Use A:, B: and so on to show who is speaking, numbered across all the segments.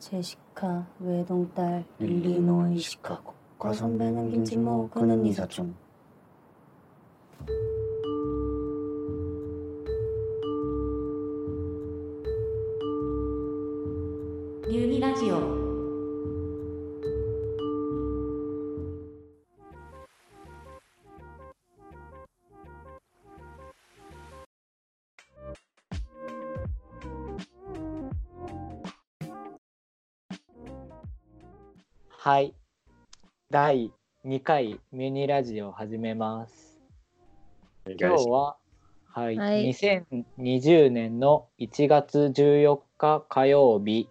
A: 제시카 외동딸 일리노이 시카고 과 선배는 김지모 그는 이사촌
B: 유니 라디오
C: はい。第2回ミニラジオを始めます。今日は、はい、
A: はい
C: 2020年の1月14日火曜日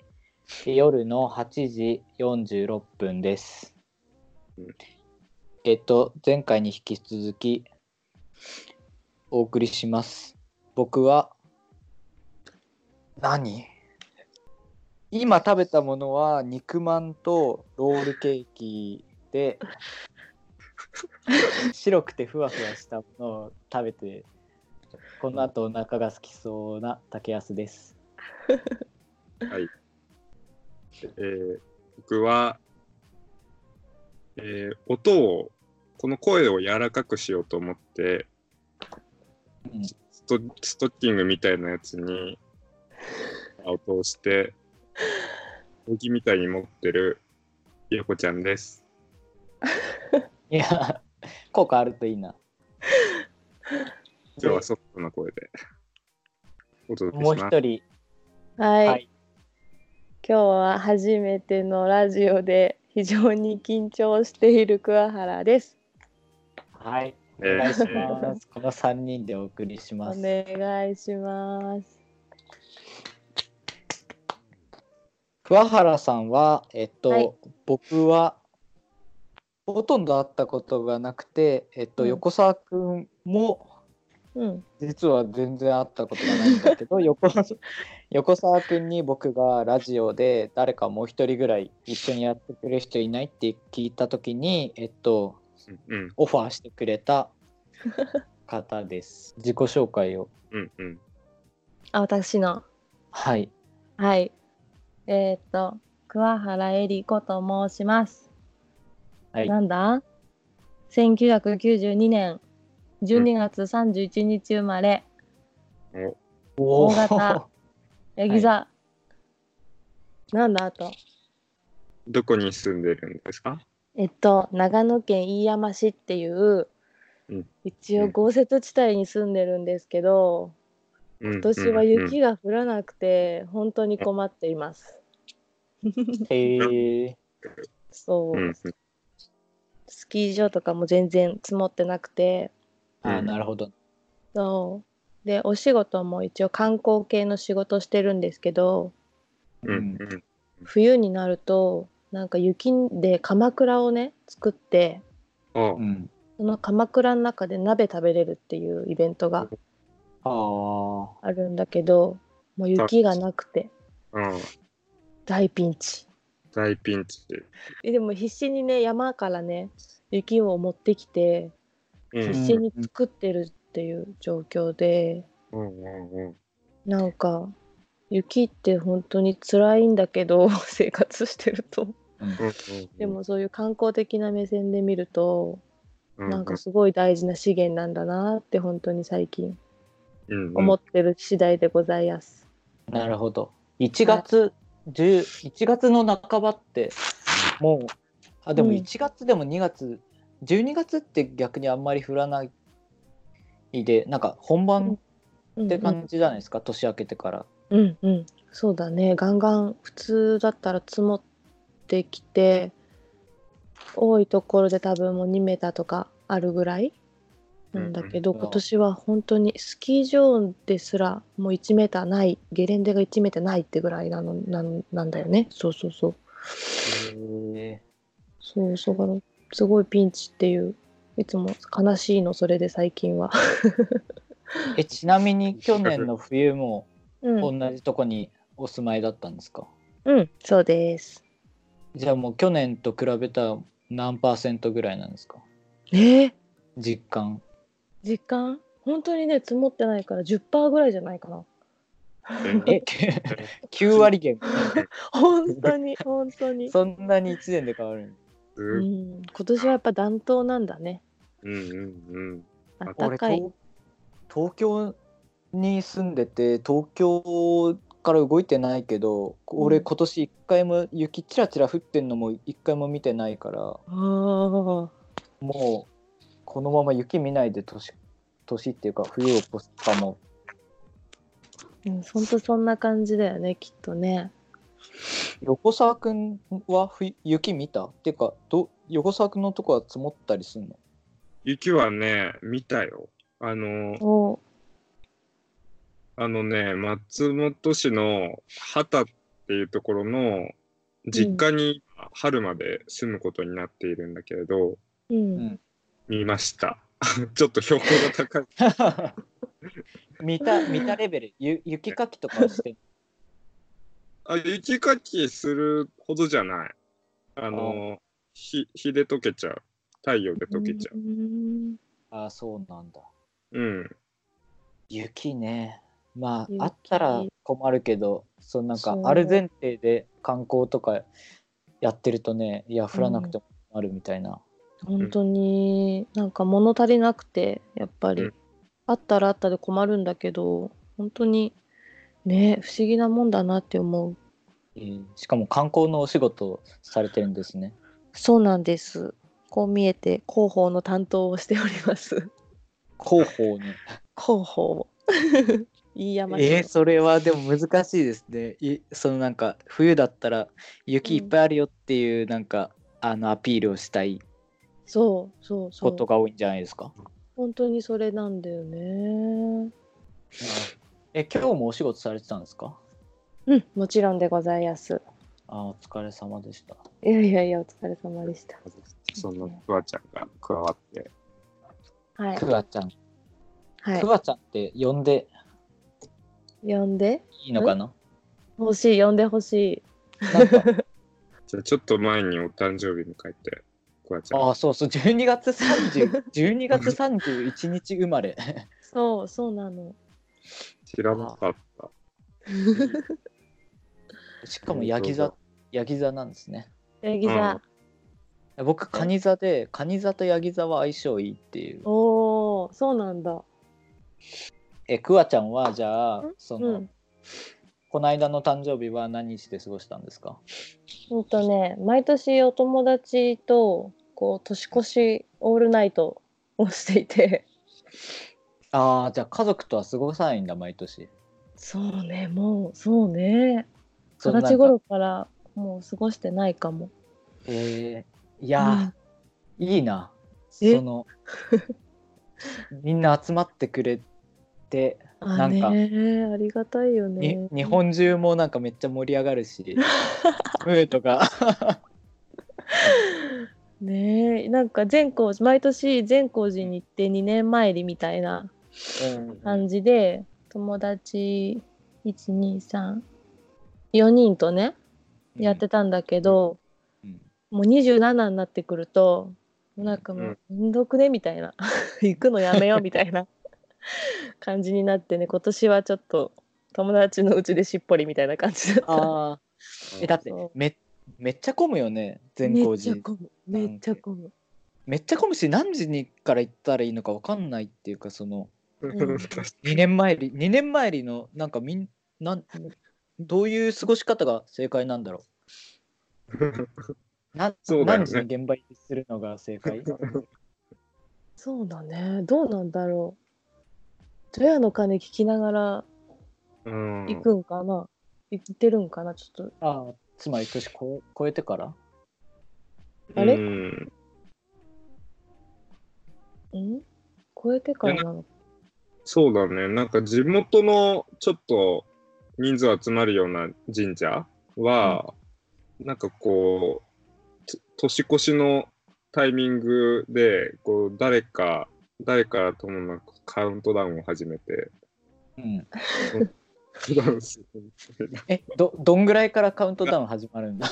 C: 夜の8時46分です
D: うん。
C: えっと、前回に引き続きお送りします。僕は、何今食べたものは肉まんとロールケーキで白くてふわふわしたものを食べてこの後お腹が空きそうな竹安です。
D: えー僕は、えー音をこの声を柔らかくしようと思って
C: うん
D: ストストッキングみたいなやつに音をして扇みたいに持ってるやこちゃんです。
C: いや効果あるといいな。
D: 今日はソフトな声でお届け
C: もう
D: します。
C: 一人
E: はい、
C: はい
E: 今日は初めてのラジオで非常に緊張している桑原です。
C: はいお
D: えー
C: 願いします。この3人でお送りし
E: お
C: ます。
E: 願いします。
C: 桑原さんは、えっと、
E: はい
C: 僕は、ほとんど会ったことがなくて、えっと、
E: うん
C: 横澤くんも、
E: うん、
C: 実は全然会ったことがないんだ けど、横横澤くんに僕がラジオで誰かもう一人ぐらい一緒にやってくれる人いないって聞いたときに、えっと、
D: うん
C: オファーしてくれた方 です。自己紹介を。
D: うんうん
E: あ、私の
C: はい。
E: はい。えーっと、桑原恵里子と申します。
C: はい
E: なんだ ?1992 年12月31日生まれ、
D: お
C: お
E: 大型。ヤギ座。なんだあと
D: どこに住んでるんですか
E: えっと、長野県飯山市っていう、
D: うん
E: 一
D: う
E: 応
D: ん
E: 豪雪地帯に住んでるんですけど、
D: 今
E: 今年は雪が降らなくて、本当に困っています。
C: へえ。
E: そう、スキー場とかも全然積もってなくて
C: あ、なるほど。
E: そうでお仕事も一応観光系の仕事してるんですけど
D: うんうん
E: 冬になるとなんか雪で鎌倉をね作って
D: あ
C: うん。
E: その鎌倉の中で鍋食べれるっていうイベントが
C: ああ。
E: あるんだけどもう雪がなくて
D: うん
E: 大ピンチ
D: 大ピンチ。
E: えでも必死にね山からね雪を持ってきて
D: うん
E: 必死に作ってるっていう状況で。
D: うんうんうん
E: なんか雪って本当に辛いんだけど 生活してると
D: うんうん
E: でもそういう観光的な目線で見ると、
D: うん
E: なんかすごい大事な資源なんだなって本当に最近
D: うんうん
E: 思ってる次第でございます、
C: なるほど。1月10、1月の半ばって、もう、あ、でも
E: うん
C: 1月でも2月、12月って逆にあんまり降らないで、なんか本番
E: うん、
C: って感じじゃないですか、年明けてから。
E: うんうんそうだねガンガン普通だったら積もってきて多いところで多分もう2メーターとかあるぐらいなんだけど、
C: うん
E: 今年は本当にスキー場ですらもう1メーターないゲレンデが1メーターないってぐらいなのなんなんだよねそうそうそうそうそうだからすごいピンチっていういつも悲しいのそれで最近は、
C: え、ちなみに去年の冬も
E: うん、
C: 同じとこにお住まいだったんですか、
E: うん、そうです
C: じゃあもう去年と比べたら何パーセントぐらいなんですか
E: えー、
C: 実 感。
E: 実感本当にね積もってないから10%ぐらいじゃないかな
C: えって9割減
E: 本当 に本当に、
C: そんなに1年で変わるん
E: う
D: うん
E: ん、今年はやっぱ暖冬なんだね
D: うんうん。
E: あっ
D: あ
E: たかい
C: 東東京に住んでて東京から動いてないけど俺今年一回も雪ちらちら降ってんのも一回も見てないから
E: あー
C: もうこのまま雪見ないで年年っていうか冬を越すかも
E: うんほんとそんな感じだよねきっとね
C: 横澤君は冬雪見たっていうかど横澤君のとこは積もったりす るの
D: 雪はね、見たよ。あの、
E: お
D: あのね、松本市の畑っていうところの実家に春まで住むことになっているんだけれど、
E: うん、
C: うん
D: 見ました。ちょっと標高が高い。
C: 見た見たレベルゆ雪かきとかはしてん
D: あ、雪かきするほどじゃない。あの、ひ火で溶けちゃう。太陽で溶けちゃう。
E: うん
C: ああそうなんだ
D: うん。
C: 雪ねま
E: 雪
C: ああったら困るけどそのなんか
E: そう
C: ある前提で観光とかやってるとねいや降らなくてもあるみたいな、
E: 本当になんか物足りなくてやっぱり、
D: うん
E: あったらあったで困るんだけど本当にね不思議なもんだなって思う
C: えーしかも観光のお仕事をされてるんですね
E: そうなんですこう見えて広報の担当をしております
C: 広報に
E: 広報 を飯山市の
C: えーそれはでも難しいですねいそのなんか冬だったら雪いっぱいあるよっていうなんか、あのアピールをしたい
E: そうそうそ
C: こと
E: う
C: が多いんじゃないですか
E: 本当にそれなんだよね
C: え今日もお仕事されてたんですか
E: うんもちろんでございます
C: あーお疲れ様でした
E: いやいやいやお疲れ様でした
D: そのクワちゃんが加わって。
E: はい
C: クワちゃん、
E: はい
C: クワちゃんって呼んで
E: 呼んで
C: いいのかな
E: 欲しい呼んでほしい
C: なんか
D: じゃあちょっと前にお誕生日迎えて、クワちゃん。
C: ああそうそう12月30 12月31日生まれ
E: そうそうなの
D: 知らなかった。
C: しかもヤギ座ヤギ座なんですね
E: ヤギ座、
C: 僕カニ座でカニ座とヤギ座は相性いいっていう
E: おーそうなんだ
C: えクワちゃんはじゃあ
E: ん
C: その、
E: うん
C: この間の誕生日は何して過ごしたんですか
E: ほんとね毎年お友達とこう年越しオールナイトをしていて
C: ああじゃあ家族とは過ごさないんだ毎年
E: そうねもうそうね
C: そ
E: 二
C: うな
E: 十
C: んか
E: 歳頃からもう過ごしてないかも
C: えーいやー、いいな
E: え
C: そ のみんな集まってくれて
E: あ
C: なんか
E: ねーありがたいよね
C: に日本中もなんかめっちゃ盛り上がる しムーとか
E: ねえなんか善光寺毎年善光寺に行って2年参りみたいな感じで友達1234人とねやってたんだけ
C: う
E: ど、
C: ん
E: もう27になってくるともうなんかもうめんどくねみたいな 行くのやめようみた いな感じになってね今年はちょっと友達のうちでしっぽりみたいな感じだった。
C: ああえだって
E: そう
C: めめっちゃ混むよね善光寺
E: めっちゃ混む
C: め
E: めっちゃ混む
C: っちゃ混むし何時にから行ったらいいのか分かんないっていうかその
E: うん
C: 2年前り2年前りのなんかみんなんどういう過ごし方が正解なんだろうな
D: そうだよ
C: 何
D: ね
C: 時に現場入りするのが正 解
E: そうだねどうなんだろう除夜の鐘聞きながら
D: うん。
E: 行くんかな、行ってるんかなちょっと
C: ああつまり年こえ超えてから
E: あれ
D: うん
E: ん超えてからなの
D: そうだね。なんか地元のちょっと人数集まるような神社は、なんかこう、つ年越しのタイミングで、こう、誰か、誰からともなくカウントダウンを始めて、
C: うん
D: カウントダウンする
C: えどどんぐらいからカウントダウン始まるん だ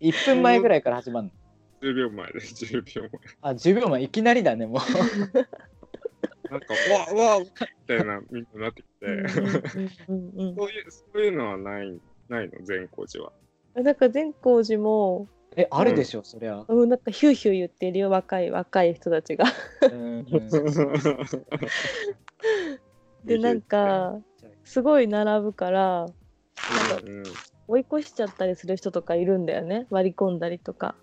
C: 1分前ぐらいから始まるの
D: 10秒前で、10秒前。
C: あ10秒前いきなりだねもう
D: なんか、わわみたいな、みんななってきで、
E: うんうんうん
D: そういうそういうのはないないの善光寺 は。
E: うん、なんか善光寺も
C: え、あるでしょ、そりゃ。
E: うんなんかヒューヒュー言ってるよ若い若い人 たちが。
C: うんうん
E: でなんかすごい並ぶから
D: うん、
E: 追い越しちゃったりする人とかいるんだよね割り込んだりとか。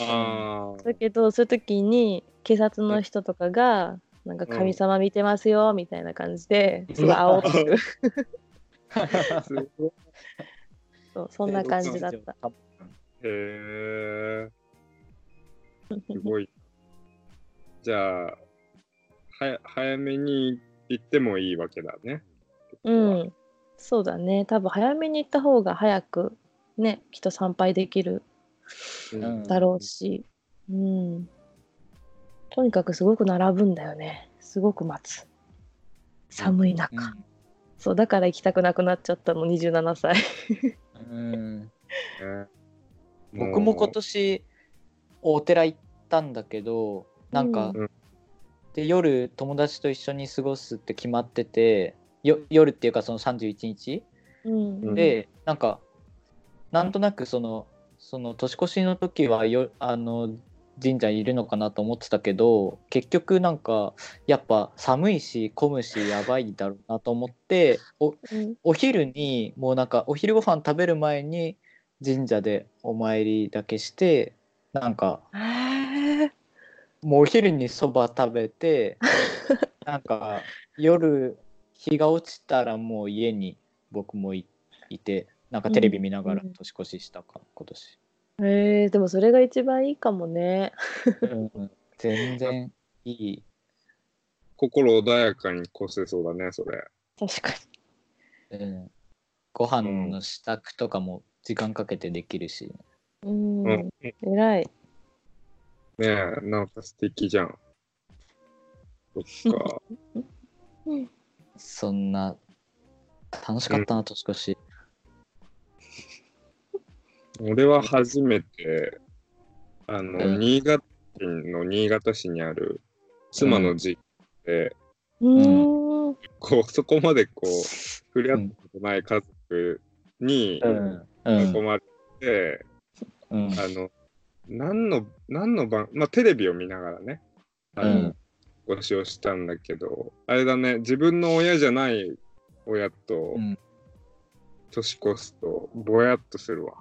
D: あー
E: だけどそういう時に警察の人とかが「なんか神様見てますよ」みたいな感じですごい煽る
D: すごい
E: そう そんな感じだった。。
D: へえすごい。じゃあは早めに行ってもいいわけだね。
E: うん、そうだね多分早めに行った方が早くねきっと参拝できる
D: うん
E: だろうし、うんとにかくすごく並ぶんだよねすごく待つ寒い中、そうだから行きたくなくなっちゃったの27歳
C: うんうん
D: ね
C: 僕も今年お寺行ったんだけどなんか、
D: うん
C: で夜友達と一緒に過ごすって決まっててよ夜っていうかその31日
E: うん
D: うん
C: で、なんかなんとなくそのその年越しの時はよあの神社にいるのかなと思ってたけど結局なんかやっぱ寒いし混むしやばいだろうなと思ってお
E: うん
C: お昼にもうなんかお昼ご飯食べる前に神社でお参りだけしてなんか
E: へえ
C: もうお昼にそば食べ てなんか夜日が落ちたらもう家に僕もいいてなんかテレビ見ながら
E: うんうん
C: 年越ししたか、今年、
E: えーでもそれが一番いいかもね
C: うん全然いい
D: 心穏やかに越せそうだねそれ。
E: 確か
C: うん、ご飯の支度とかも時間かけてできるし、
E: にうん、
D: うん
E: 偉い
D: ねえ、なんか素敵じゃん。そっか。
C: そんな楽しかったな、年越し
D: 俺は初めて、あの、
C: うん
D: 新潟県の新潟市にある妻の実家で、
E: うーん
D: こう、そこまでこう、触れ合ったことない家族に
C: うんう
D: 囲
C: ん
D: まれて、
C: うん
D: あの、何の、何の番、まあ、テレビを見ながらね、あの、ご使用したんだけど、あれだね、自分の親じゃない親と
C: うん
D: 年越すと、ぼやっとするわ。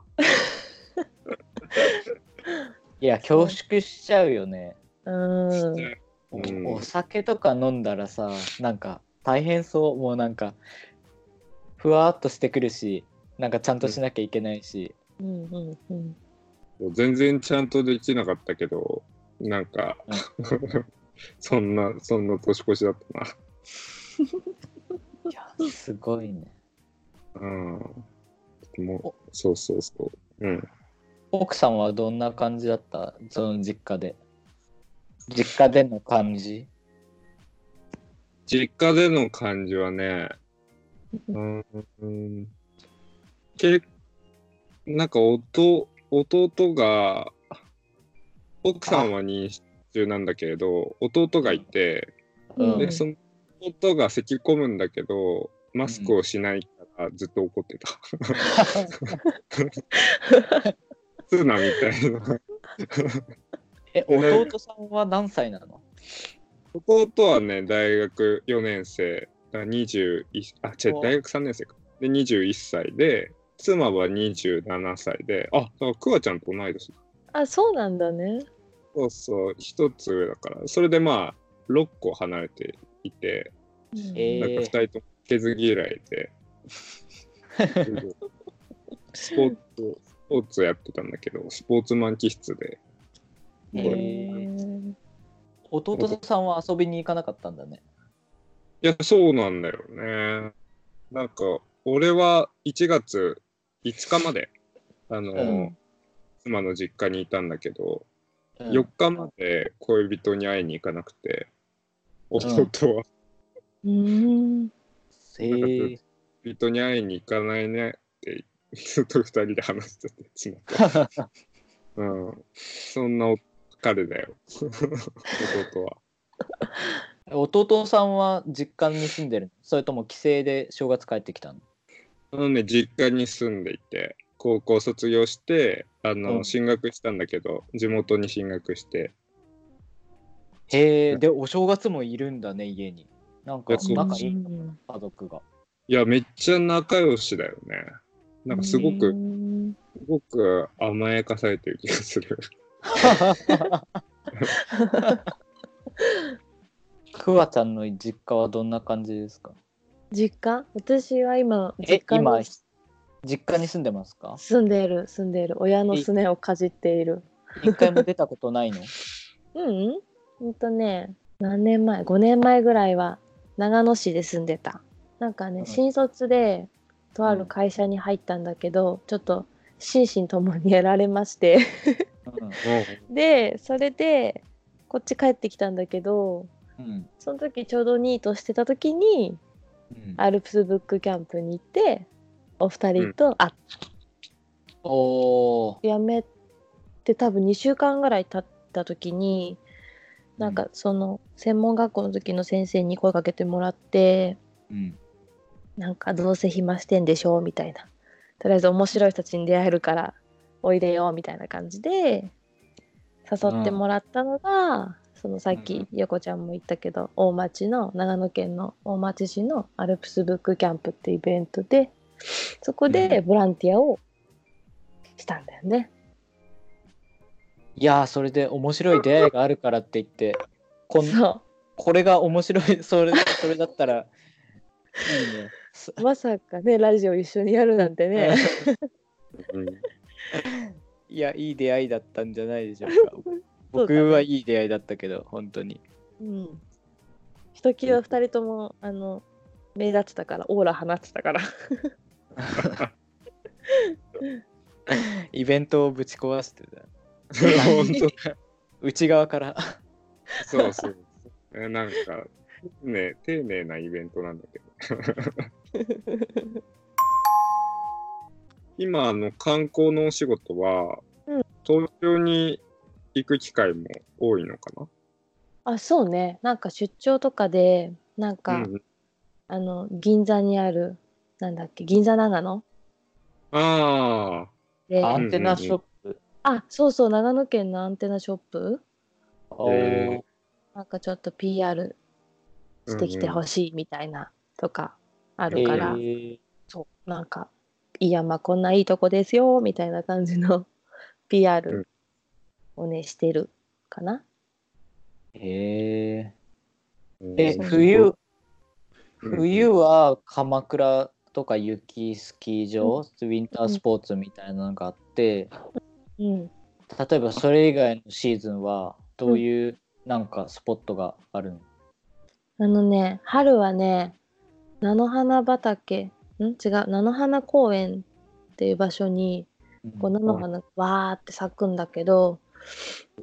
C: いや恐縮しちゃうよね、
E: うん
C: お
D: うん
C: お酒とか飲んだらさなんか大変そうもうなんかふわーっとしてくるしなんかちゃんとしなきゃいけないし、
E: うんうんうん
D: 全然ちゃんとできなかったけど、なんか、 そんな、そんな年越しだったな。
C: いやすごいね
D: うん。も
C: お
D: う、そうそうそう。うん。
C: 奥さんはどんな感じだったその実家で実家での感じ
D: 実家での感じはね、うんうん、けなんか弟、弟が、奥さんは妊娠中なんだけれど、弟がいて、
E: うん
D: で、その弟が咳込むんだけど、マスクをしないからずっと怒ってた。 ツナみたいな。
C: え弟さんは何歳なの
D: 弟はね、大学4年生、あ21あ、違う、
C: お
D: 大学3年生か。で、21歳で、妻は27歳で、あ、だからクワちゃんと同い年だ。
E: あそうなんだね
D: そうそう、一つ上だから、それでまあ、6個離れていて、
C: えー
D: なんか2人とも負けず嫌い で、スポーツ、スポーツやってたんだけど、スポーツマン気質で、
E: え
C: え
E: ー
C: 弟さんは遊びに行かなかったんだね
D: いや、そうなんだよね。なんか、俺は1月5日まで、あの、
C: うん
D: 妻の実家にいたんだけど、
C: うん
D: 4日まで恋人に会いに行かなくて、弟は
E: うーん
C: えー
D: 恋人に会いに行かないねって、ずっと2人で話してて、妻とうん。そんな彼だよ、弟は。
C: 弟さんは実家に住んでるのそれとも帰省で正月帰ってきたの
D: あのね、実家に住んでいて、高校卒業して、あの、
C: うん
D: 進学したんだけど、地元に進学して、
C: へえでお正月もいるんだね家になんか
D: いやそう
C: 仲いい家族 が
D: いや、めっちゃ仲良しだよね。なんかすごく、すごく甘やかされてる気がする。
C: クワちゃんの実家はどんな感じですか
E: 実家私は今
C: え
E: 実家
C: 今
E: に
C: 実家に住んでますか
E: 住んでいる住んでいる親のすねをかじっている
C: 一回も出たことないの
E: うんうんほんとね何年前5年前ぐらいは長野市で住んでたなんか
C: う
E: ね
C: ん
E: 新卒でとある会社に入ったんだけど、ちょっと心身ともにやられまして でそれでこっち帰ってきたんだけど
C: うんうん
E: その時ちょうどニートしてた時に
C: うん
E: アルプスブックキャンプに行ってお二人と会っ
C: おー
E: 辞めて多分2週間ぐらい経った時になんかその専門学校の時の先生に声かけてもらって
C: うん
E: なんかどうせ暇してんでしょみたいなとりあえず面白い人たちに出会えるからおいでよみたいな感じで誘ってもらったのが、そのさっ
C: うんう
E: き
C: ん
E: 横ちゃんも言ったけど、大町の長野県の大町市のアルプスブックキャンプってイベントでそこでボランティアをしたんだよね。
C: いやーそれで面白い出会いがあるからって言ってこん
E: そ
C: これが面白 いそれそれだったらいいねす
E: うまさかねラジオ一緒にやるなんてね
D: うん
C: いやいい出会いだったんじゃないでしょう か僕はいい出会いだったけど本当に
E: うんひときわ2人ともあの目立ってたからオーラ放ってたから
C: イベントをぶち壊してた
D: 本当
C: 内側から
D: そうそう。えなんか、ね、丁寧なイベントなんだけど。今、あの、観光のお仕事は、東京に行く機会も多いのか
E: あそうねなんか出張とかでなんか、
D: なうん、
E: あの銀座にあるなんだっけ銀座長野
D: ああ、
E: で
C: ア
E: あ
C: ンテナショップ
E: そうそう長野県のアンテナショップ
C: お
D: へー
C: ー
E: なんかちょっと PR してきてほしいみたいなとかあるから、
C: えー
E: そうなんか「いやまあこんないいとこですよ」みたいな感じの PR をね、してるかな。
C: え
D: うん
C: ーえ
D: うん
C: 冬
D: うん
C: 冬は鎌倉とか雪スキー場、ウィンタースポーツみたいなのがあって、
E: うん、
C: 例えばそれ以外のシーズンはどういうなんかスポットがあるの、
E: あのね春はね菜の花畑ん違う菜の花公園っていう場所にこう菜の花がわーって咲くんだけど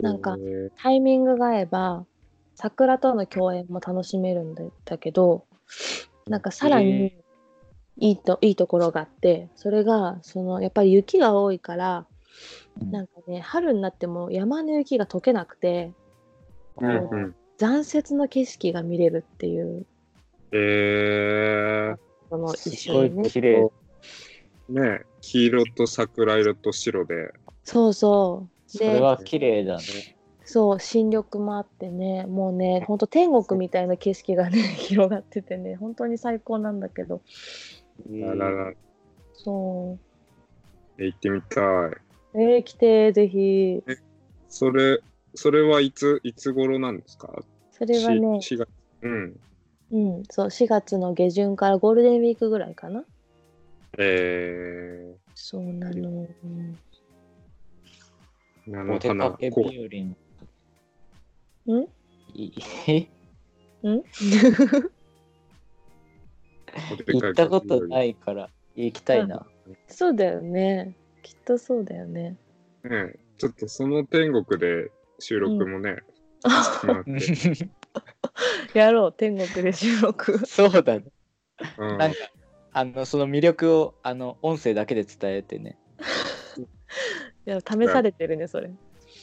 E: なんか
D: えー
E: タイミングが合えば桜との共演も楽しめるんだだけどなんかさらにいいといいところがあってそれがそのやっぱり雪が多いから
C: うん
E: なんかね春になっても山の雪が溶けなくて
D: うんうん
E: 残雪の景色が見れるっていう
D: え
E: この一
C: すご
E: 緒にね
C: い綺麗
D: ー、ね、黄色と桜色と白で、
E: そうそう
C: それ
E: で
C: は綺麗だね
E: そう新緑もあってねもうねほんと天国みたいな景色がね 広がっててね本当に最高なんだけど
D: あらら
E: そ
D: 行ってみたい。
E: うえー、来てぜひ
D: それ、それはいつ、いつ頃なんですか
E: それはね、
D: ししがうん。
E: うん、そう4月の下旬からゴールデンウィークぐらいかな
D: え
E: そうなの
D: ー、菜
C: お
D: の
C: 出
D: 花
C: かけ
D: こ。
C: 日和の
E: うん
C: いえ
E: うん
C: 行ったことないいから行きたいな、
E: そうだよねきっとそうだよね
D: ね、ちょっとその天国で収録もね、まあ
E: やろう天国で 収録
C: そうだね
D: うん
C: なんかあのその魅力をあの音声だけで伝えてね
E: いや試されてるねそれ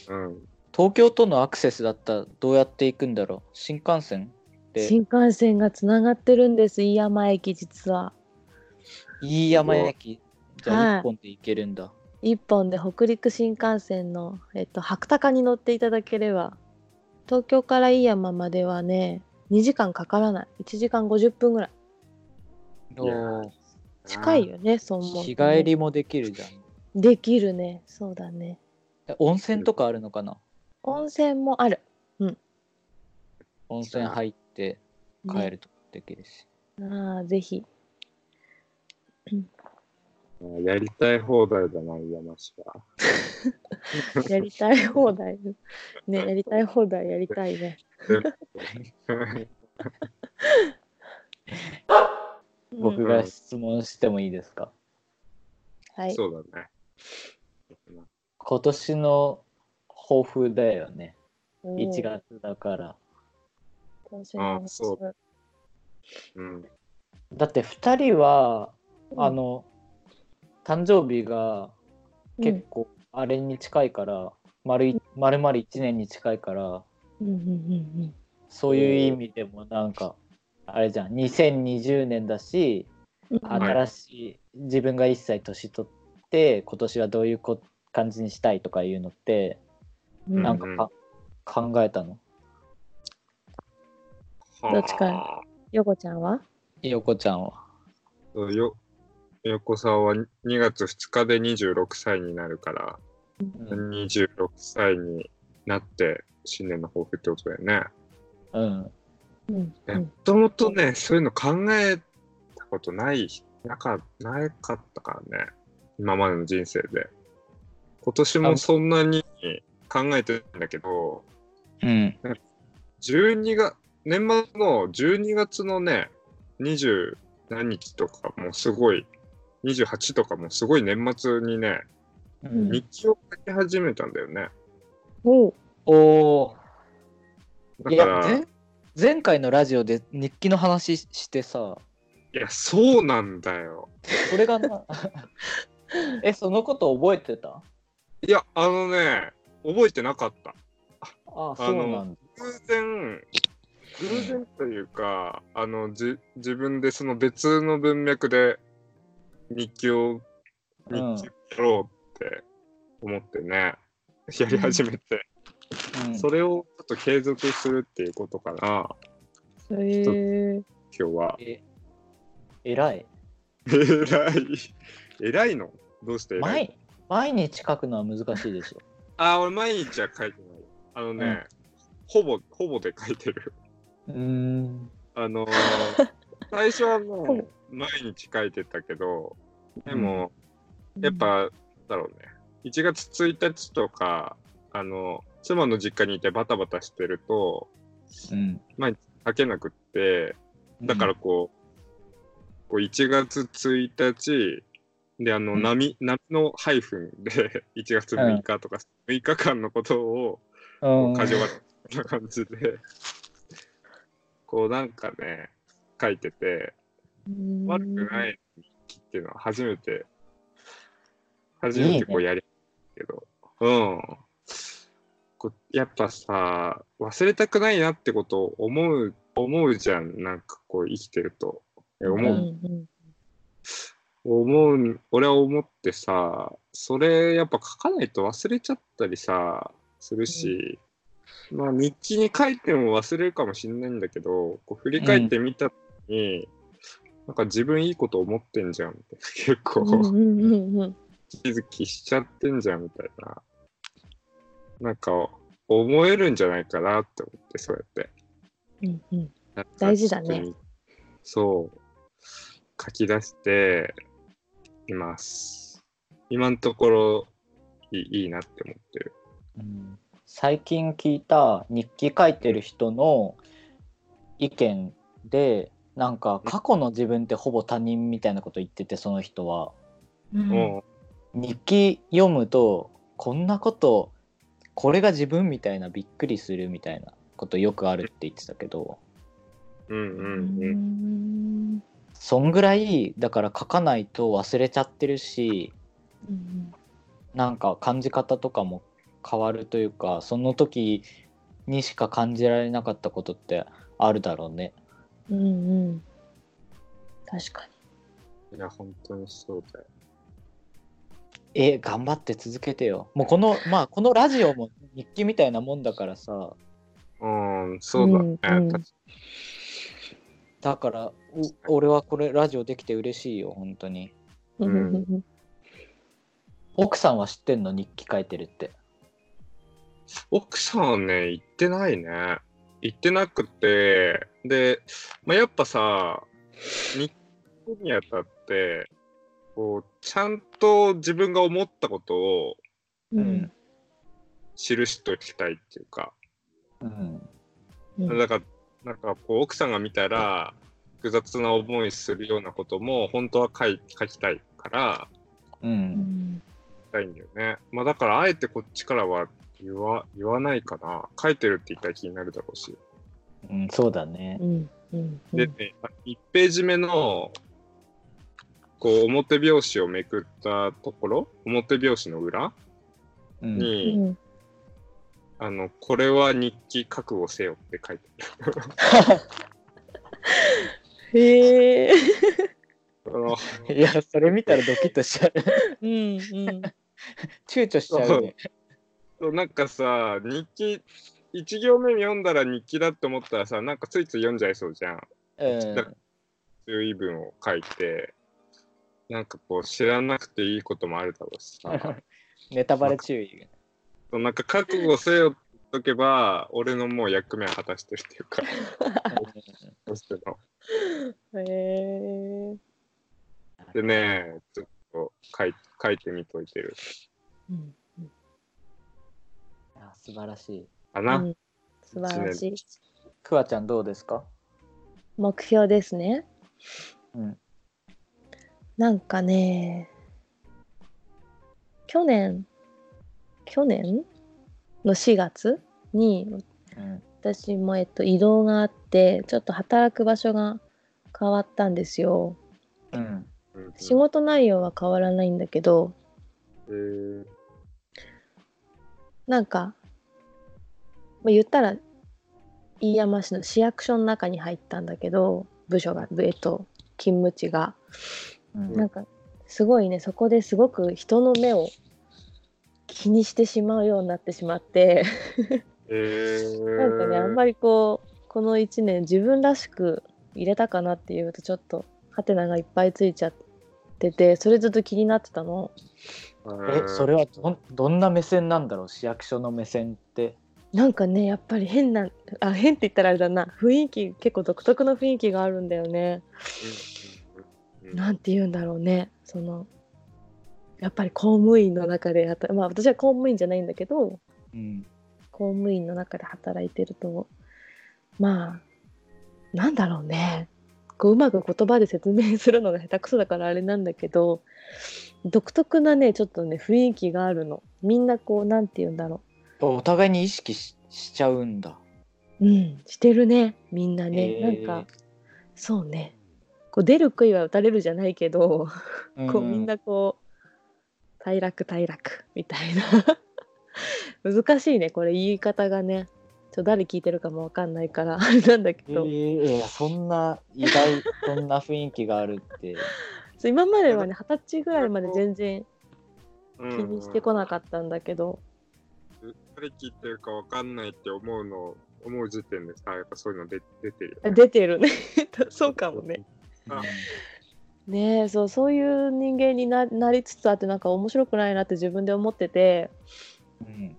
D: うん
C: 東京とのアクセスだったらどうやって行くんだろう新幹線て
E: 新幹線がつながってるんです飯山駅実は
C: 飯山駅じゃ
E: は
C: あ
E: い
C: 1本で行けるんだ、
E: 一本で北陸新幹線の、えっと、白鷹に乗っていただければ東京から飯山まではね2時間かからない1時間50分ぐらい
D: いや
C: おー
E: 近いよねそう思うとね
C: 日帰りもできるじゃん
E: できるねそうだね
C: え温泉とかあるのかな
E: 温泉もある
C: 温泉入って帰るとかできるし、
E: ね、ああぜひ
D: あやりたい放題だな、山 氏は。
E: やりたい放 題ねやりたい放題やりたいねうん
C: 僕が質問してもいいですか、
E: はい
D: そうだね。
C: 今年の抱負だよね
E: おー
C: 1月だから
E: 楽しみ楽
D: あ
E: し
D: そう
E: み
D: ん。
C: だって2人は、
E: うん
C: あの誕生日が
E: うん
C: 結構あれに近いから、丸い丸々1年に近いから
E: うんうんうんうん
C: そういう意味でもなんかあれじゃん2020年だし
E: うん
D: はい
C: 新しい自分が1歳年取って今年はどういうこ感じにしたいとかいうのって
E: うん
C: なんかか考えたの
E: どっちかヨコちゃんは
C: 横ちゃんは
D: そうよ、横澤は2月2日で26歳になるから、
C: うん、
D: 26歳になって新年の抱負ってことだよね。
C: うん、
E: うんう
D: も
E: ん
D: ともとね、そういうの考えたことない、なかなかったからね、今までの人生で。今年もそんなに考えてないんだけど、
C: うん、
D: 12月、年末の12月のね、20何日とかもすごい、28とかもすごい年末にね、
E: うん
D: 日記を書き始めたんだよね。
E: おう
C: おお
D: だ
C: い
D: か
C: や
D: ら、いや
C: 前前回のラジオで日記の話ししてさ
D: そうなんだよ。
C: それがな えそのこと覚えてた
D: いや、あのね、覚えてなかった。
C: あそうなんだ
D: 偶然偶然というか、あのじ自分でその別の文脈で日記を日記
C: うん
D: をやろうって思ってね、やり始めて、
C: うん
D: それをちょっと継続するっていうことかな
E: へえ
D: 今日は
C: え偉い
D: 偉い偉いのどうして偉い
C: 毎毎日書くのは難しいでしょ
D: あ俺毎日は書いてないあのね、ほぼほぼで書いてる
C: うーん
D: あ のー最初はも
E: うん
D: う毎日書いてたけど、でも、やっぱ、なんだろうね、1月1日とか、あの、妻の実家にいてバタバタしてると、
C: うん
D: 書けなくって、だからこう、こう1月1日、で、あの、
C: うん
D: 波、波のハイフンで、1月6日とか、6日間のことを、
C: うん
D: 過剰な感じで、こうなんかね、書いてて、悪くないい日記っていうのは初めて、初めてこ
C: いうい
D: やりけど、うん。こうやっぱさ、忘れたくないなってことを思う、思うじゃん、なんかこう生きてると。え思う、
E: ん
D: 思う、俺は思ってさ、それやっぱ書かないと忘れちゃったりさ、するし、まあ日記に書いても忘れるかもしれないんだけど、こう振り返ってみた時に、なんか自分いいこと思ってんじゃん、みたいな結構。
E: うんうんうんうん
D: 気づきしちゃってんじゃんみたいな。なんか、思えるんじゃないかなって思って、そうやって。
E: うんうん
D: なんか
E: 大事だね
D: ちょっとに。そう。書き出しています。今のところいいいいなって思ってる。
C: うん最近聞いた日記書いてる人の意見でなんか過去の自分ってほぼ他人みたいなこと言っててその人は
D: も
C: 日記読むとこんなことこれが自分みたいなびっくりするみたいなことよくあるって言ってたけど
D: う、うん
E: う
D: うんうん。
E: ん
C: そんぐらいだから書かないと忘れちゃってるし
E: うん
C: なんか感じ方とかも変わるというかその時にしか感じられなかったことってあるだろうね。
E: うんうん。確かに。
D: いや、本当にそうだよ。
C: え頑張って続けてよ。もうこのまあこのラジオも日記みたいなもんだからさ
D: うん、そうだね。
E: うんうん
D: 確か
C: だからお俺はこれラジオできて嬉しいよ本当に。
D: うん
C: 奥さんは知ってんの日記書いてるって。
D: 奥さんはね、行ってないね。行ってなくて、で、まあ、やっぱさ、日本にあたって、こう、ちゃんと自分が思ったことを
E: うん。
D: 記しておきたいっていうか、
C: うん
E: うん
D: だから、なんかこう、奥さんが見たら、複雑な思いするようなことも、本当は書い書きたいから、
C: う
E: うんん
D: たいんだよね。まあだから、あえてこっちからは言わ言わないかな。書いてるって言ったら気になるだろうし。
C: うん、そうだね。
E: うんうん
D: で、ね、1ページ目の、こう、表表紙をめくったところ、表表紙の裏
C: うん
E: う
D: に、
E: ん
D: あの、これは日記覚悟せよって書いて あ
E: へえ。
D: る。あの
C: いや、それ見たらドキッとしちゃう。
E: うんうん。
C: 躊躇しちゃうね。
D: そうなんかさ日記1行目読んだら日記だって思ったらさなんかついつい読んじゃいそうじゃん
C: うん。
D: 注意文を書いてなんかこう知らなくていいこともあるだろうし さ
C: ネタバレ注意。
D: そうなんか覚悟せよって言っとけば俺のもう役目を果たしてるっていうかそうしての
E: へえ。
D: でねちょっと書い書いてみといてる
E: うん
C: あ素晴らしい。
D: かな、
E: うん素晴らしい。
C: くわちゃんどうですか
E: 目標ですね。
C: うん。
E: なんかね、去年、去年の4月に
C: うん。
E: 私も、えっと、移動があって、ちょっと働く場所が変わったんですよ。
C: うん。
D: うん
E: 仕事内容は変わらないんだけど、
D: えー
E: なんか、まあ、言ったら飯山市の市役所の中に入ったんだけど部署がぶえっと勤務地が
C: うん
E: なんかすごいねそこですごく人の目を気にしてしまうようになってしまって
D: えー、
E: なんかねあんまりこうこの1年自分らしく入れたかなっていうとちょっとハテナがいっぱいついちゃっててそれずっと気になってたの。
C: え、それはどんどんな目線なんだろう市役所の目線って。
E: なんかねやっぱり変なあ変って言ったらあれだな雰囲気結構独特の雰囲気があるんだよね。
D: うんうんうん
E: なんて言うんだろうねそのやっぱり公務員の中で働まあ私は公務員じゃないんだけど
C: うん。
E: 公務員の中で働いてるとまあなんだろうねこううまく言葉で説明するのが下手くそだからあれなんだけど独特なねちょっとね雰囲気があるのみんなこうなんて言うんだろ
C: お互いに意識ししちゃうんだ。
E: ううんしてるねみんなね、
C: えー
E: なんかそうねこう出る杭は打たれるじゃないけどこうみん。なこう「快楽快楽」みたいな 難しいねこれ言い方がねちょ誰聞いてるかもわかんないからあれなんだけ
C: え
E: ど、
C: ーいやそんな意 外そんな雰囲気があるって。
E: そう今まではね二十歳ぐらいまで全然
D: うん
E: 気
D: うん
E: にしてこなかったんだけど、
D: 誰聞いてるかわかんないって思うの思う時点でさやっぱそういうの出出てるよ
E: 出てるね そうかもね。
D: あ
E: ねえそうそういう人間にななりつつあってなんか面白くないなって自分で思ってて
C: うん。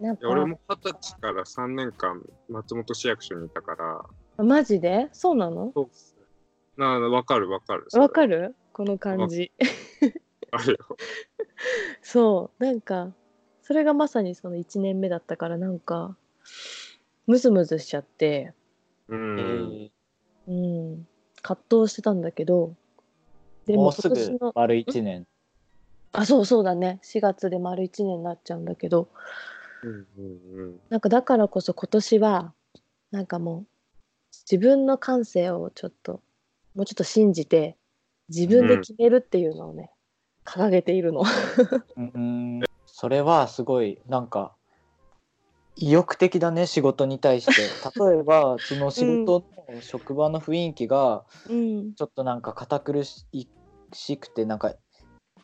E: なん
D: いや俺
E: か
D: も二十歳から3年間松本市役所にいたから
E: マジでそうなの
D: そうなわかるわかる
E: わか
D: る
E: るこの感じ。
D: あるよ
E: そうなんかそれがまさにその1年目だったからなんかムズムズしちゃって、
D: うん、
C: えー
E: うん、葛藤してたんだけどで
C: も
E: も
C: うす
E: 今年
C: ぐ
E: の
C: 丸一年。
E: あそうそうだね4月で丸1年になっちゃうんだけど
D: うんうんうん
E: なんかだからこそ今年はなんかもう自分の感性をちょっともうちょっと信じて自分で決めるっていうのをね、掲げているの。
C: うん、それはすごいなんか意欲的だね仕事に対 して例えばその仕事の職場の雰囲気が
E: うん
C: ちょっとなんか堅苦しくてなんか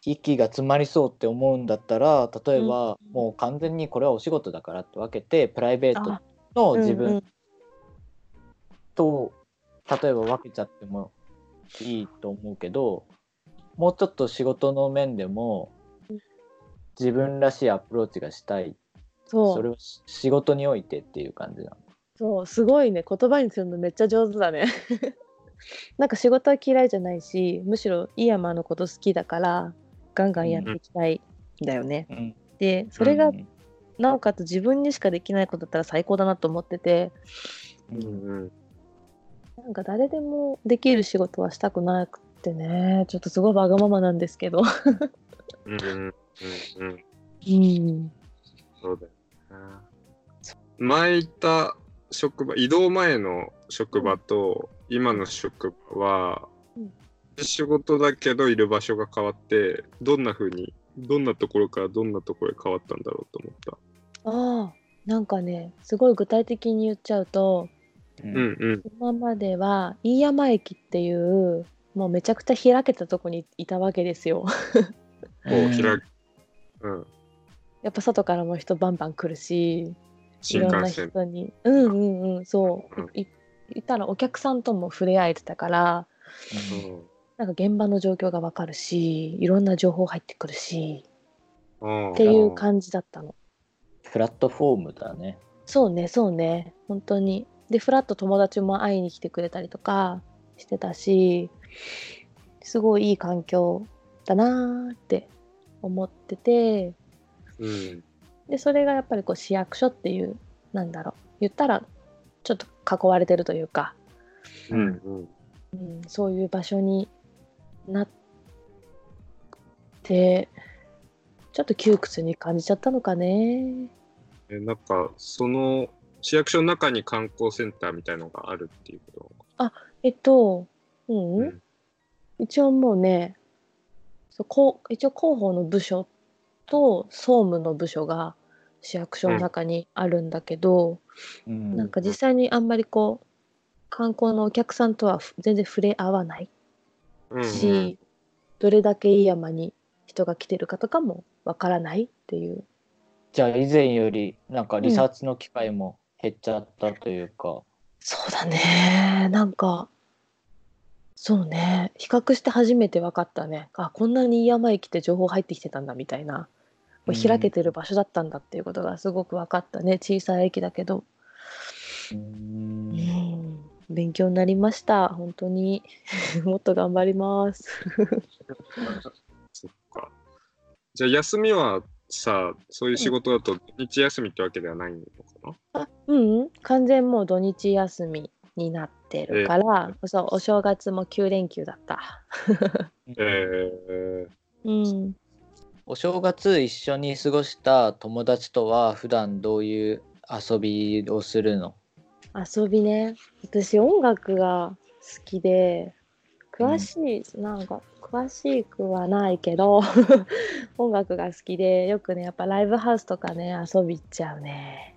C: 息が詰まりそうって思うんだったら例えば
E: うん
C: もう完全にこれはお仕事だからって分けてプライベートの自分と例えば分けちゃってもいいと思うけどもうちょっと仕事の面でも自分らしいアプローチがしたい
E: そ
C: そうれをし仕事においてっていう感じなの。
E: そうすごいね言葉にするのめっちゃ上手だね なんか仕事は嫌いじゃないしむしろ井山のこと好きだからガンガンやっていきたいんだよね、
C: うん、
E: でそれが
C: うん
E: なおかつ自分にしかできないことだったら最高だなと思ってて
D: うん
E: なんか誰でもできる仕事はしたくなくてねちょっとすごいわがままなんですけど、
D: うんうんうんうん
E: うん、
D: そうだよね。前行った職場、移動前の職場と今の職場は、
E: うん
D: 仕事だけどいる場所が変わって、どんな風に、どんなところからどんなところへ変わったんだろうと思った。
E: ああなんかねすごい具体的に言っちゃうと
C: うん
D: うんうん。
E: 今までは飯山駅っていうもうめちゃくちゃ開けたとこにいたわけですよ
D: こう開く。うん。
E: やっぱ外からも人バンバン来るしい
D: 新
E: ろんな
D: 幹線。
E: 人にうんうんうんそう、
D: うん
E: いいたらお客さんとも触れ合えてたからなんか現場の状況がわかるしいろんな情報入ってくるし
D: うん
E: っていう感じだったの
C: プラットフォームだね。
E: そうねそうね本当にでフラッと友達も会いに来てくれたりとかしてたしすごいいい環境だなーって思ってて
D: うん。
E: でそれがやっぱりこう市役所っていうなんだろう言ったらちょっと囲われてるというか、
D: うんうん。
E: うん、そういう場所になってちょっと窮屈に感じちゃったのかね
D: え、なんか、その、市役所の中に観光センターみたいのがあるっていうこ
E: えっと、うん、
D: うん
E: 一応もうね、そうこう一応広報の部署と総務の部署が市役所の中にあるんだけど、
C: うん
E: なんか実際にあんまりこう観光のお客さんとはふ全然触れ合わない
D: と。うんうん
E: し、どれだけいい山に人が来てるかとかもわからないっていう
C: じゃあ以前よりなんかリサーチの機会も減っちゃったというか。
E: そうだねなんかそうね比較して初めて分かったねあこんなに山駅って情報入ってきてたんだみたいなこれ
C: うん
E: 開けてる場所だったんだっていうことがすごく分かったね小さい駅だけど、
C: うん
E: うん、勉強になりました本当に もっと頑張ります
D: そっか。じゃあ休みはさ、そういう仕事だと土日休みってわけではないのかな
E: うんうん完全もう土日休みになってるから、そうお正月も9連休だった
D: え
E: うん
C: お正月一緒に過ごした友達とは普段どういう遊びをするの
E: 遊びね私音楽が好きで詳しい、なんか詳しくはないけど 音楽が好きでよくねやっぱライブハウスとかね遊び行っちゃうね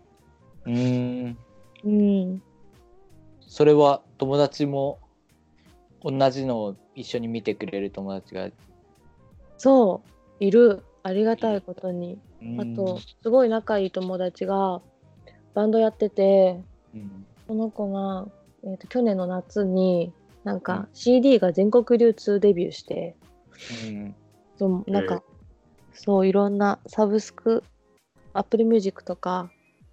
C: うん
E: うん
C: それは友達も同じのを一緒に見てくれる友達があ
E: そういるありがたいことにあとすごい仲いい友達がバンドやってて
C: うん
E: この子が、えー、と去年の夏になんか CD が全国流通デビューして
C: うん
E: そうなんか、
D: えー
E: そういろんなサブスク Apple Music とか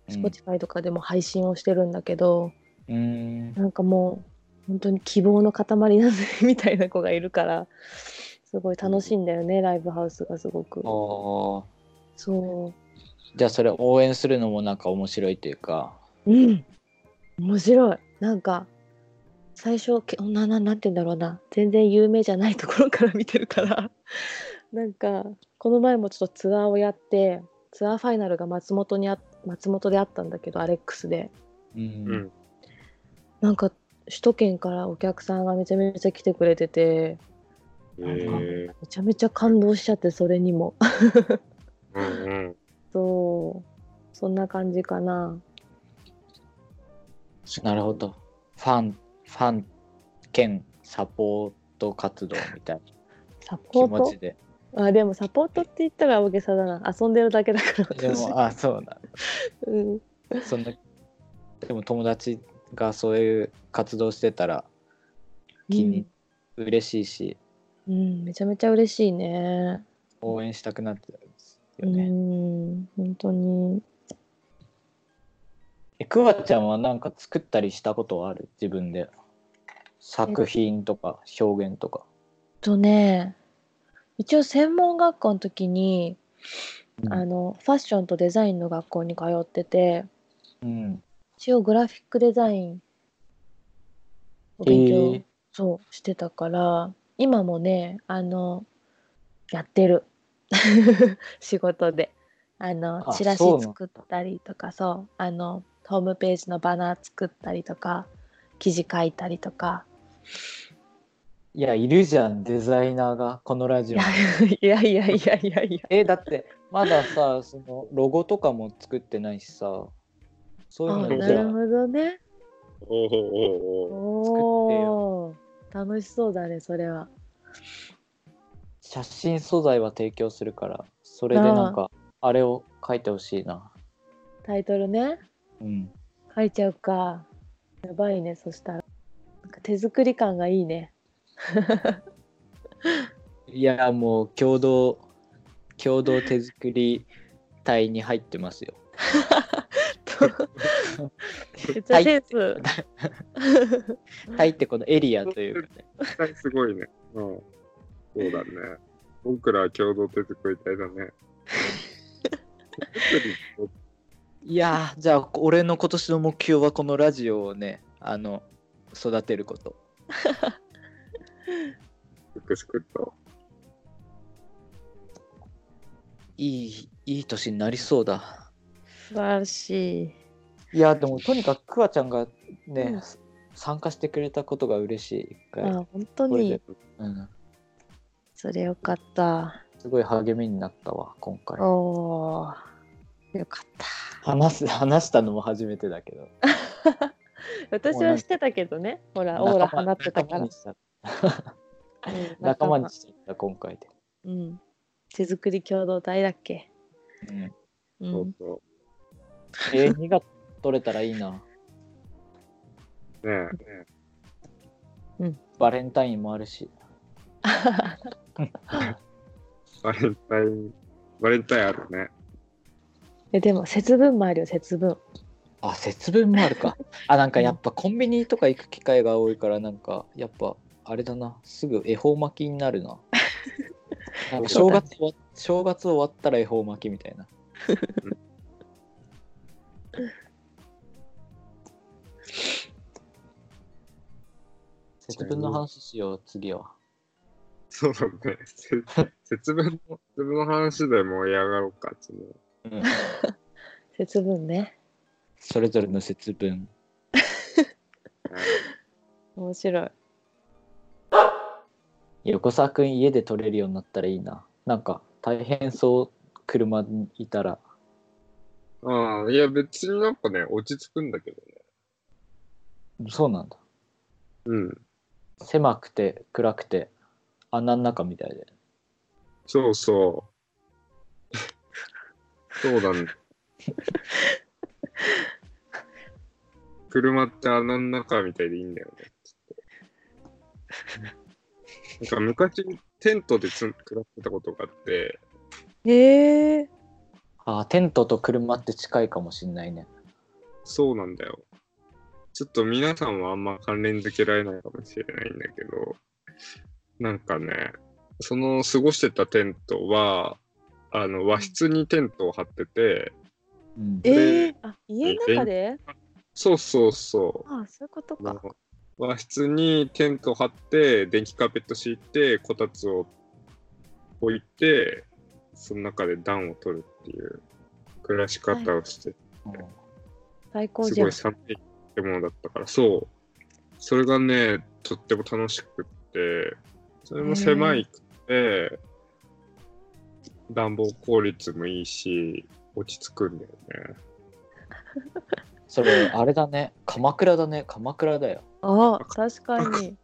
C: うん
E: Spotify とかでも配信をしてるんだけど、
C: うん
E: なんかもう本当に希望の塊なんだみたいな子がいるからすごい楽しいんだよね、ライブハウスがすごく
C: あー
E: そ
C: じゃあそれ応援するのもなんか面白いというか。
E: ううん面白いなんか最初けなななんて言うんだろうな全然有名じゃないところから見てるから なんかこの前もちょっとツアーをやってツアーファイナルが松本にあ松本であったんだけどアレックスで
C: う
D: ー、うんん。
E: なんか首都圏からお客さんがめちゃめちゃ来てくれてて
D: えー、
E: めちゃめちゃ感動しちゃってそれにも
D: うんうん。
E: そうそんな感じかな。
C: なるほど。ファン、ファン兼サポート活動みたい
E: サポ
C: な気持
E: ー
C: ちで。
E: トあでもサポートって言ったら大げさだな。遊んでるだけだから
C: で
E: 私。
C: も、あ、そうだ。
E: うん、
C: そんな、でも友達がそういう活動してたら、気に、嬉しいし、
E: うん、うんめちゃめちゃ嬉しいね。
C: 応援したくなっちゃう
E: う
C: よね。
E: ん本当に。
C: え、くわちゃんはなんか作ったりしたことはある自分で。作品とか表現とか。
E: とね一応専門学校の時に、
C: うん
E: あのファッションとデザインの学校に通ってて
C: うん。
E: 一応グラフィックデザインを
C: え
E: 勉強、
C: ー
E: そうしてたから今もねあのやってる 仕事であの
C: あ
E: チラシ
C: そうなんだ
E: 作ったりとかそうあのホームページのバナー作ったりとか記事書いたりとか
C: いや、いるじゃん、デザイナーが、このラジ
E: い
C: オ に
E: や。いやいやいやいやいや
C: え、だって、まださ、その、ロゴとかも作ってないしさ、そういう
E: あ
C: の
E: な
C: じゃ
E: るほどね
D: おおおお
E: おお楽しそうだねそれは
C: 写真素材は提供するから、それでなんか、あれを書いてほしいな。
E: タイトルね
C: うん。
E: 書いちゃうかやばいねそしたらなんか手作り感がいいね
C: いや、もう、共同、共同手作り隊に入ってますよ。
E: めっちゃセンス、
C: 隊ってこのエリアというかね。
D: 絶対すごいね。うん。そうだね。僕らは共同手作り 隊だね。手作り
C: いやーじゃあ俺の今年の目標はこのラジオをねあの育てること
D: すくすくと。
C: いいいい年になりそうだ
E: 素晴らしい
C: いやでもとにかくクワちゃんがね、
E: うん
C: 参加してくれたことが嬉しい一回、
E: あ本当
C: これ
E: に
C: でうん、
E: それよかった
C: すごい励みになったわ今回
E: おーよかった
C: 話す 話したのも初めてだけど
E: 私はしてたけどねほらオーラ
C: 仲
E: 放
C: 間
E: ってたか
C: 仲間
E: ら
C: にしちゃった
E: うん
C: 仲間にしちゃった今回で、
E: うん手作り共同体だっけ
C: うん、
E: う
D: そうんそ
C: え2月取れたらいいな
D: う。ねえ。ね
C: バレンタインもあるし
D: えバレンタイン、バレンタインあるね。
E: えでも節分もあるよ節分
C: あ、節分もある か。あ、なんかやっぱコンビニとか行く機会が多いから、なんかやっぱあれだな、すぐ恵方巻きになる な。なんか正月終わ正月終わったら恵方巻きみたいな。 節分の話しよう、次は。
D: そうだね。せ 節分の、節分の話で盛り上がろうか、つも。
C: うん、
E: 節分ね
C: それぞれの節分。
D: ね
E: 面白い
C: 横澤くん家で取れるようになったらいいな。なんか大変そう、車にいたら。
D: ああ、いや別になんかね、落ち着くんだけどね。
C: そうなんだ。
D: うん。
C: 狭くて暗くて穴の中みたいで
D: そうそう。 そうだね。車って穴の中みたいでいいんだよね。なんか昔、テントでつ暮らしてたことがあって、
E: へえ
C: あーテントと車って近いかもしんないね
D: そうなんだよ。ちょっと皆さんはあんま関連づけられないかもしれないんだけど、なんかね、その過ごしてたテントは、あの和室にテントを張ってて、
C: うん
D: で
E: えー、あ家の中で
D: そうそうそう、
E: あそういうこと
D: あ
E: か。
D: の和室にテント張って電気カーペット敷いてこたつを置いてその中で暖を取るっていう暮らし方をして、
E: 最高
D: す
E: じゃ
D: ご
E: ん
D: い。寒いってものだったからそうそれがねとっても楽しくってそれも狭いくて暖房効率もいいし落ち着くんだよね。
C: それあれだね鎌倉だね鎌倉だよ
E: あ確かに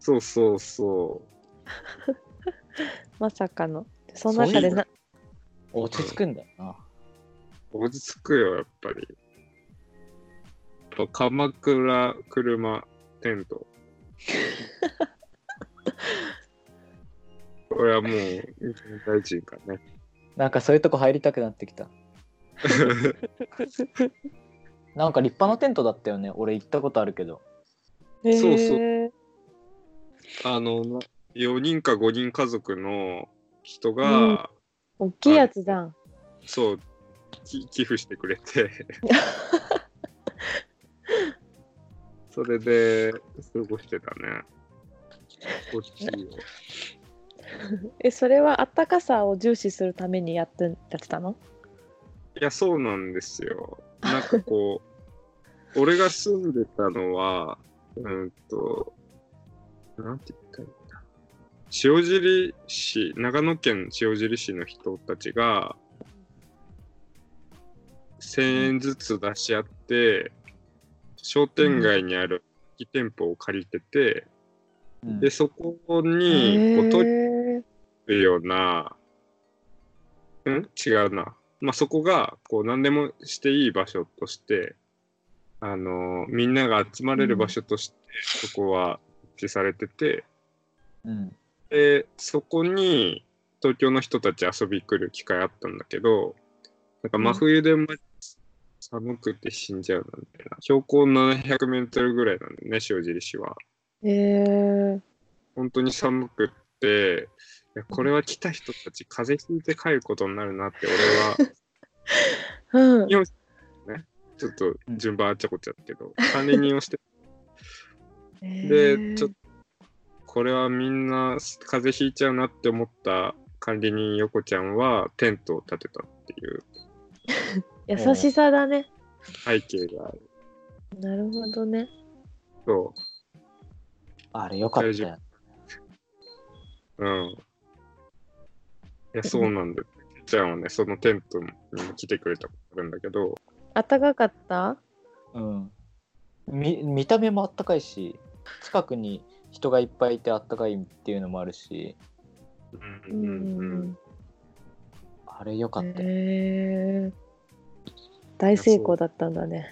D: そうそうそ
E: まさかのその中でな
C: 落ち着くんだよな
D: う。落ち着くよ、やっぱり。やっぱ鎌倉、車、テン ト。これはもう、大臣かね。
C: なんかそういうとこ入りたくなってきたなんか立派なテントだったよね俺行ったことあるけど
D: そうそう
E: へー
D: あの、な4人か5人家族の人が、
E: 大きいやつだん
D: そう、き寄付してくれて。それで、過ごしてたね。大きいよ。
E: えそれはあったかさを重視するためにやってやってたの
D: いや、そうなんですよ。なんかこう、 俺が住んでたのは、うーんと、なんて言ったらいいんだ。塩尻市、長野県塩尻市の人たちが、1000円ずつ出し合って、商店街にある空き店舗を借りてて、
C: うん
D: で、そこ
E: へ
D: に、こう、トイレ
E: ー
D: るような、ん違うな。まあ、そこが、こう、何でもしていい場所として、あのーみんなが集まれる場所として、そこは設置されてて、
C: うん
D: で、そこに、東京の人たち遊び来る機会あったんだけど、なんか真冬でま寒くて死んじゃうなんてな。標高700メートルぐらいなんだよね、塩尻市は。
E: へー
D: 本当に寒くって、いやこれは来た人たち風邪ひいて帰ることになるなって、俺は
E: うん
D: ちょっと順番あっちゃこっちゃだけど、管理人をして、
E: へ
D: で、
E: ー
D: ちょっとこれはみんな風邪ひいちゃうなって思った管理人横ちゃんはテントを建てたっていう
E: 優しさだね
D: 背景がある。
E: なるほどね
D: そ
C: あれよかったよ
D: う、うん。いや、そうなんだよ。けいちゃんはね、そのテントにも来てくれたことあるんだけど、
E: あったかかった
C: うん、み見た目もあったかいし近くに人がいっぱいいてあったかいっていうのもあるし
D: う
E: うん
D: うんうん。
C: あれよかったよ、
E: へー大成功だったんだね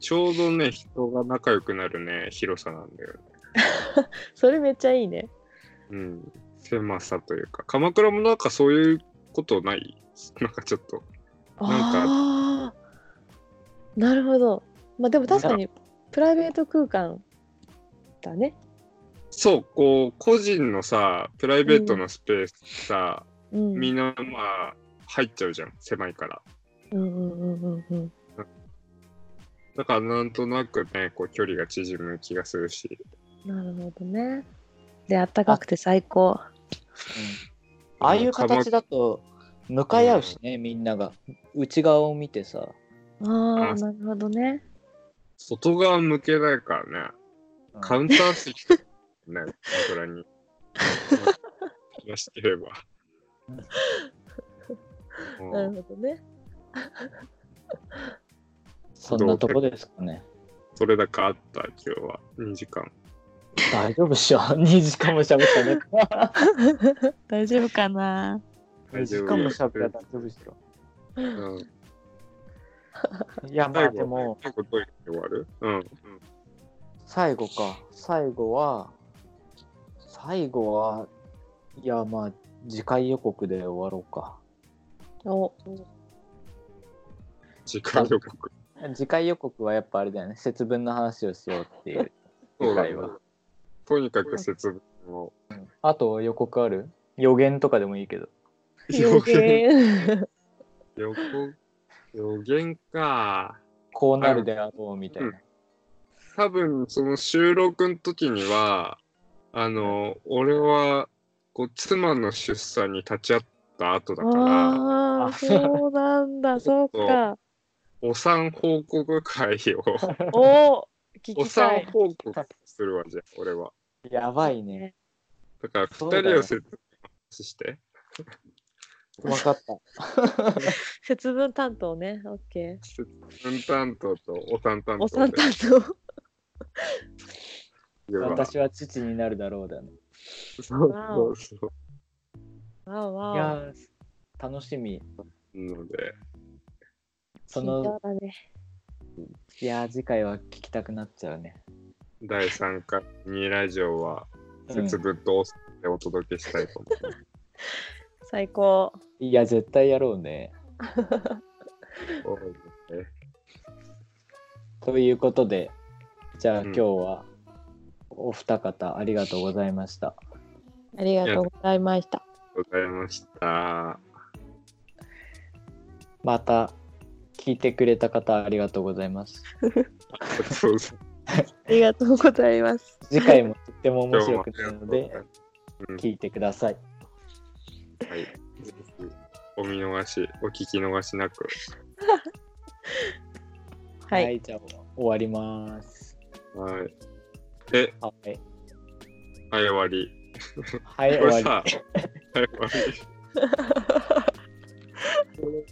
D: ちょうどね、人が仲良くなるね、広さなんだよね。
E: それめっちゃいいね
D: うん。狭さというか、鎌倉もなんかそういうことない なんかちょっと。なんか
E: あーなるほどまあでも確かにプライベート空間だね
D: そう、こう、個人のさ、プライベートのスペースさ、
E: うん
D: みんなまあ、入っちゃうじゃん、狭いから。
E: うんうんうんうんうん
D: だからなんとなくね、こう、距離が縮む気がするし。
E: なるほどねであったかくて最
C: う
E: 高
C: ん、ああいう形だと向かい合うしね、みんなが内側を見てさ
E: あー
D: あ
E: なるほどね
D: 外側向けないからね、カウンター席とかね、鎌倉に。いらしてれば。うん
E: なるほどね
C: そんなとこですかね
D: それだけあった、今日は。2時間。
C: 大丈夫っしょ2時間も喋ったね
E: 大丈夫かな
C: 2時間も喋ったら大丈夫っしょ
D: うん
C: いやま
D: 最
C: あ
D: 後
C: でも
D: 最後どうやって終わるうん。うん
C: 最後か最後は最後はいやまあ次回予告で終わろうか
E: お
D: 次回予告。
C: 次回予告はやっぱあれだよね節分の話をしようっていう
D: そうだ
C: 次回は
D: よ。とにかく節分を。
C: あと予告ある予言とかでもいいけど
E: 予言
D: 予告。予言か。
C: こうなるであろうみたいな、
D: 多分、その収録の時には、あの、俺は、こう、妻の出産に立ち会った後だから、
E: ああそうなん だそっか
D: お産報告 会を、
E: お聞
D: お
E: きた
D: 産
E: い
D: 報告するわ、じゃあ、俺は。
C: やばいね
D: だから、
C: そうだ
D: 二
C: よ
D: 人を説明して。
C: わ かった。
E: 節分担当ね。オッケ
D: 節分担当とお産担
E: ー。
D: 当
E: おさん
D: で
E: 担当。
D: 要は
C: 私は父になるだろうだね。
D: そうそうそ う
E: わ
C: い
E: おわ
C: やー、楽しみ。
D: ので
E: お。
C: その
E: 慎重だね。
C: いやー、次回は聞きたくなっちゃうね。
D: 第3回2ラジオは
C: うん
D: 節分とお産でお届けしたいと思い ます。
E: 最高。
C: いや、絶対やろうね。
D: そうですね
C: ということで、じゃあ
D: うん
C: 今日はお二方ありがとうございました。
E: ありがとうございました。
D: ありがとうございました。
C: また聞いてくれた方ありがとうございます。
D: ありがとうござい
E: ありがとうございます。
C: 次回もとっても
D: ま
C: 面
D: す
C: 白くな るので、
D: うん
C: 聞いてください。
D: はい、ぜひお見逃し、お聞き逃しなく。
E: はい。
C: じゃあ終わります。
D: はい。え、
C: はい、
D: はい、終わり。
C: はい、
D: これ
C: 終わ
D: さ、はい、終わり。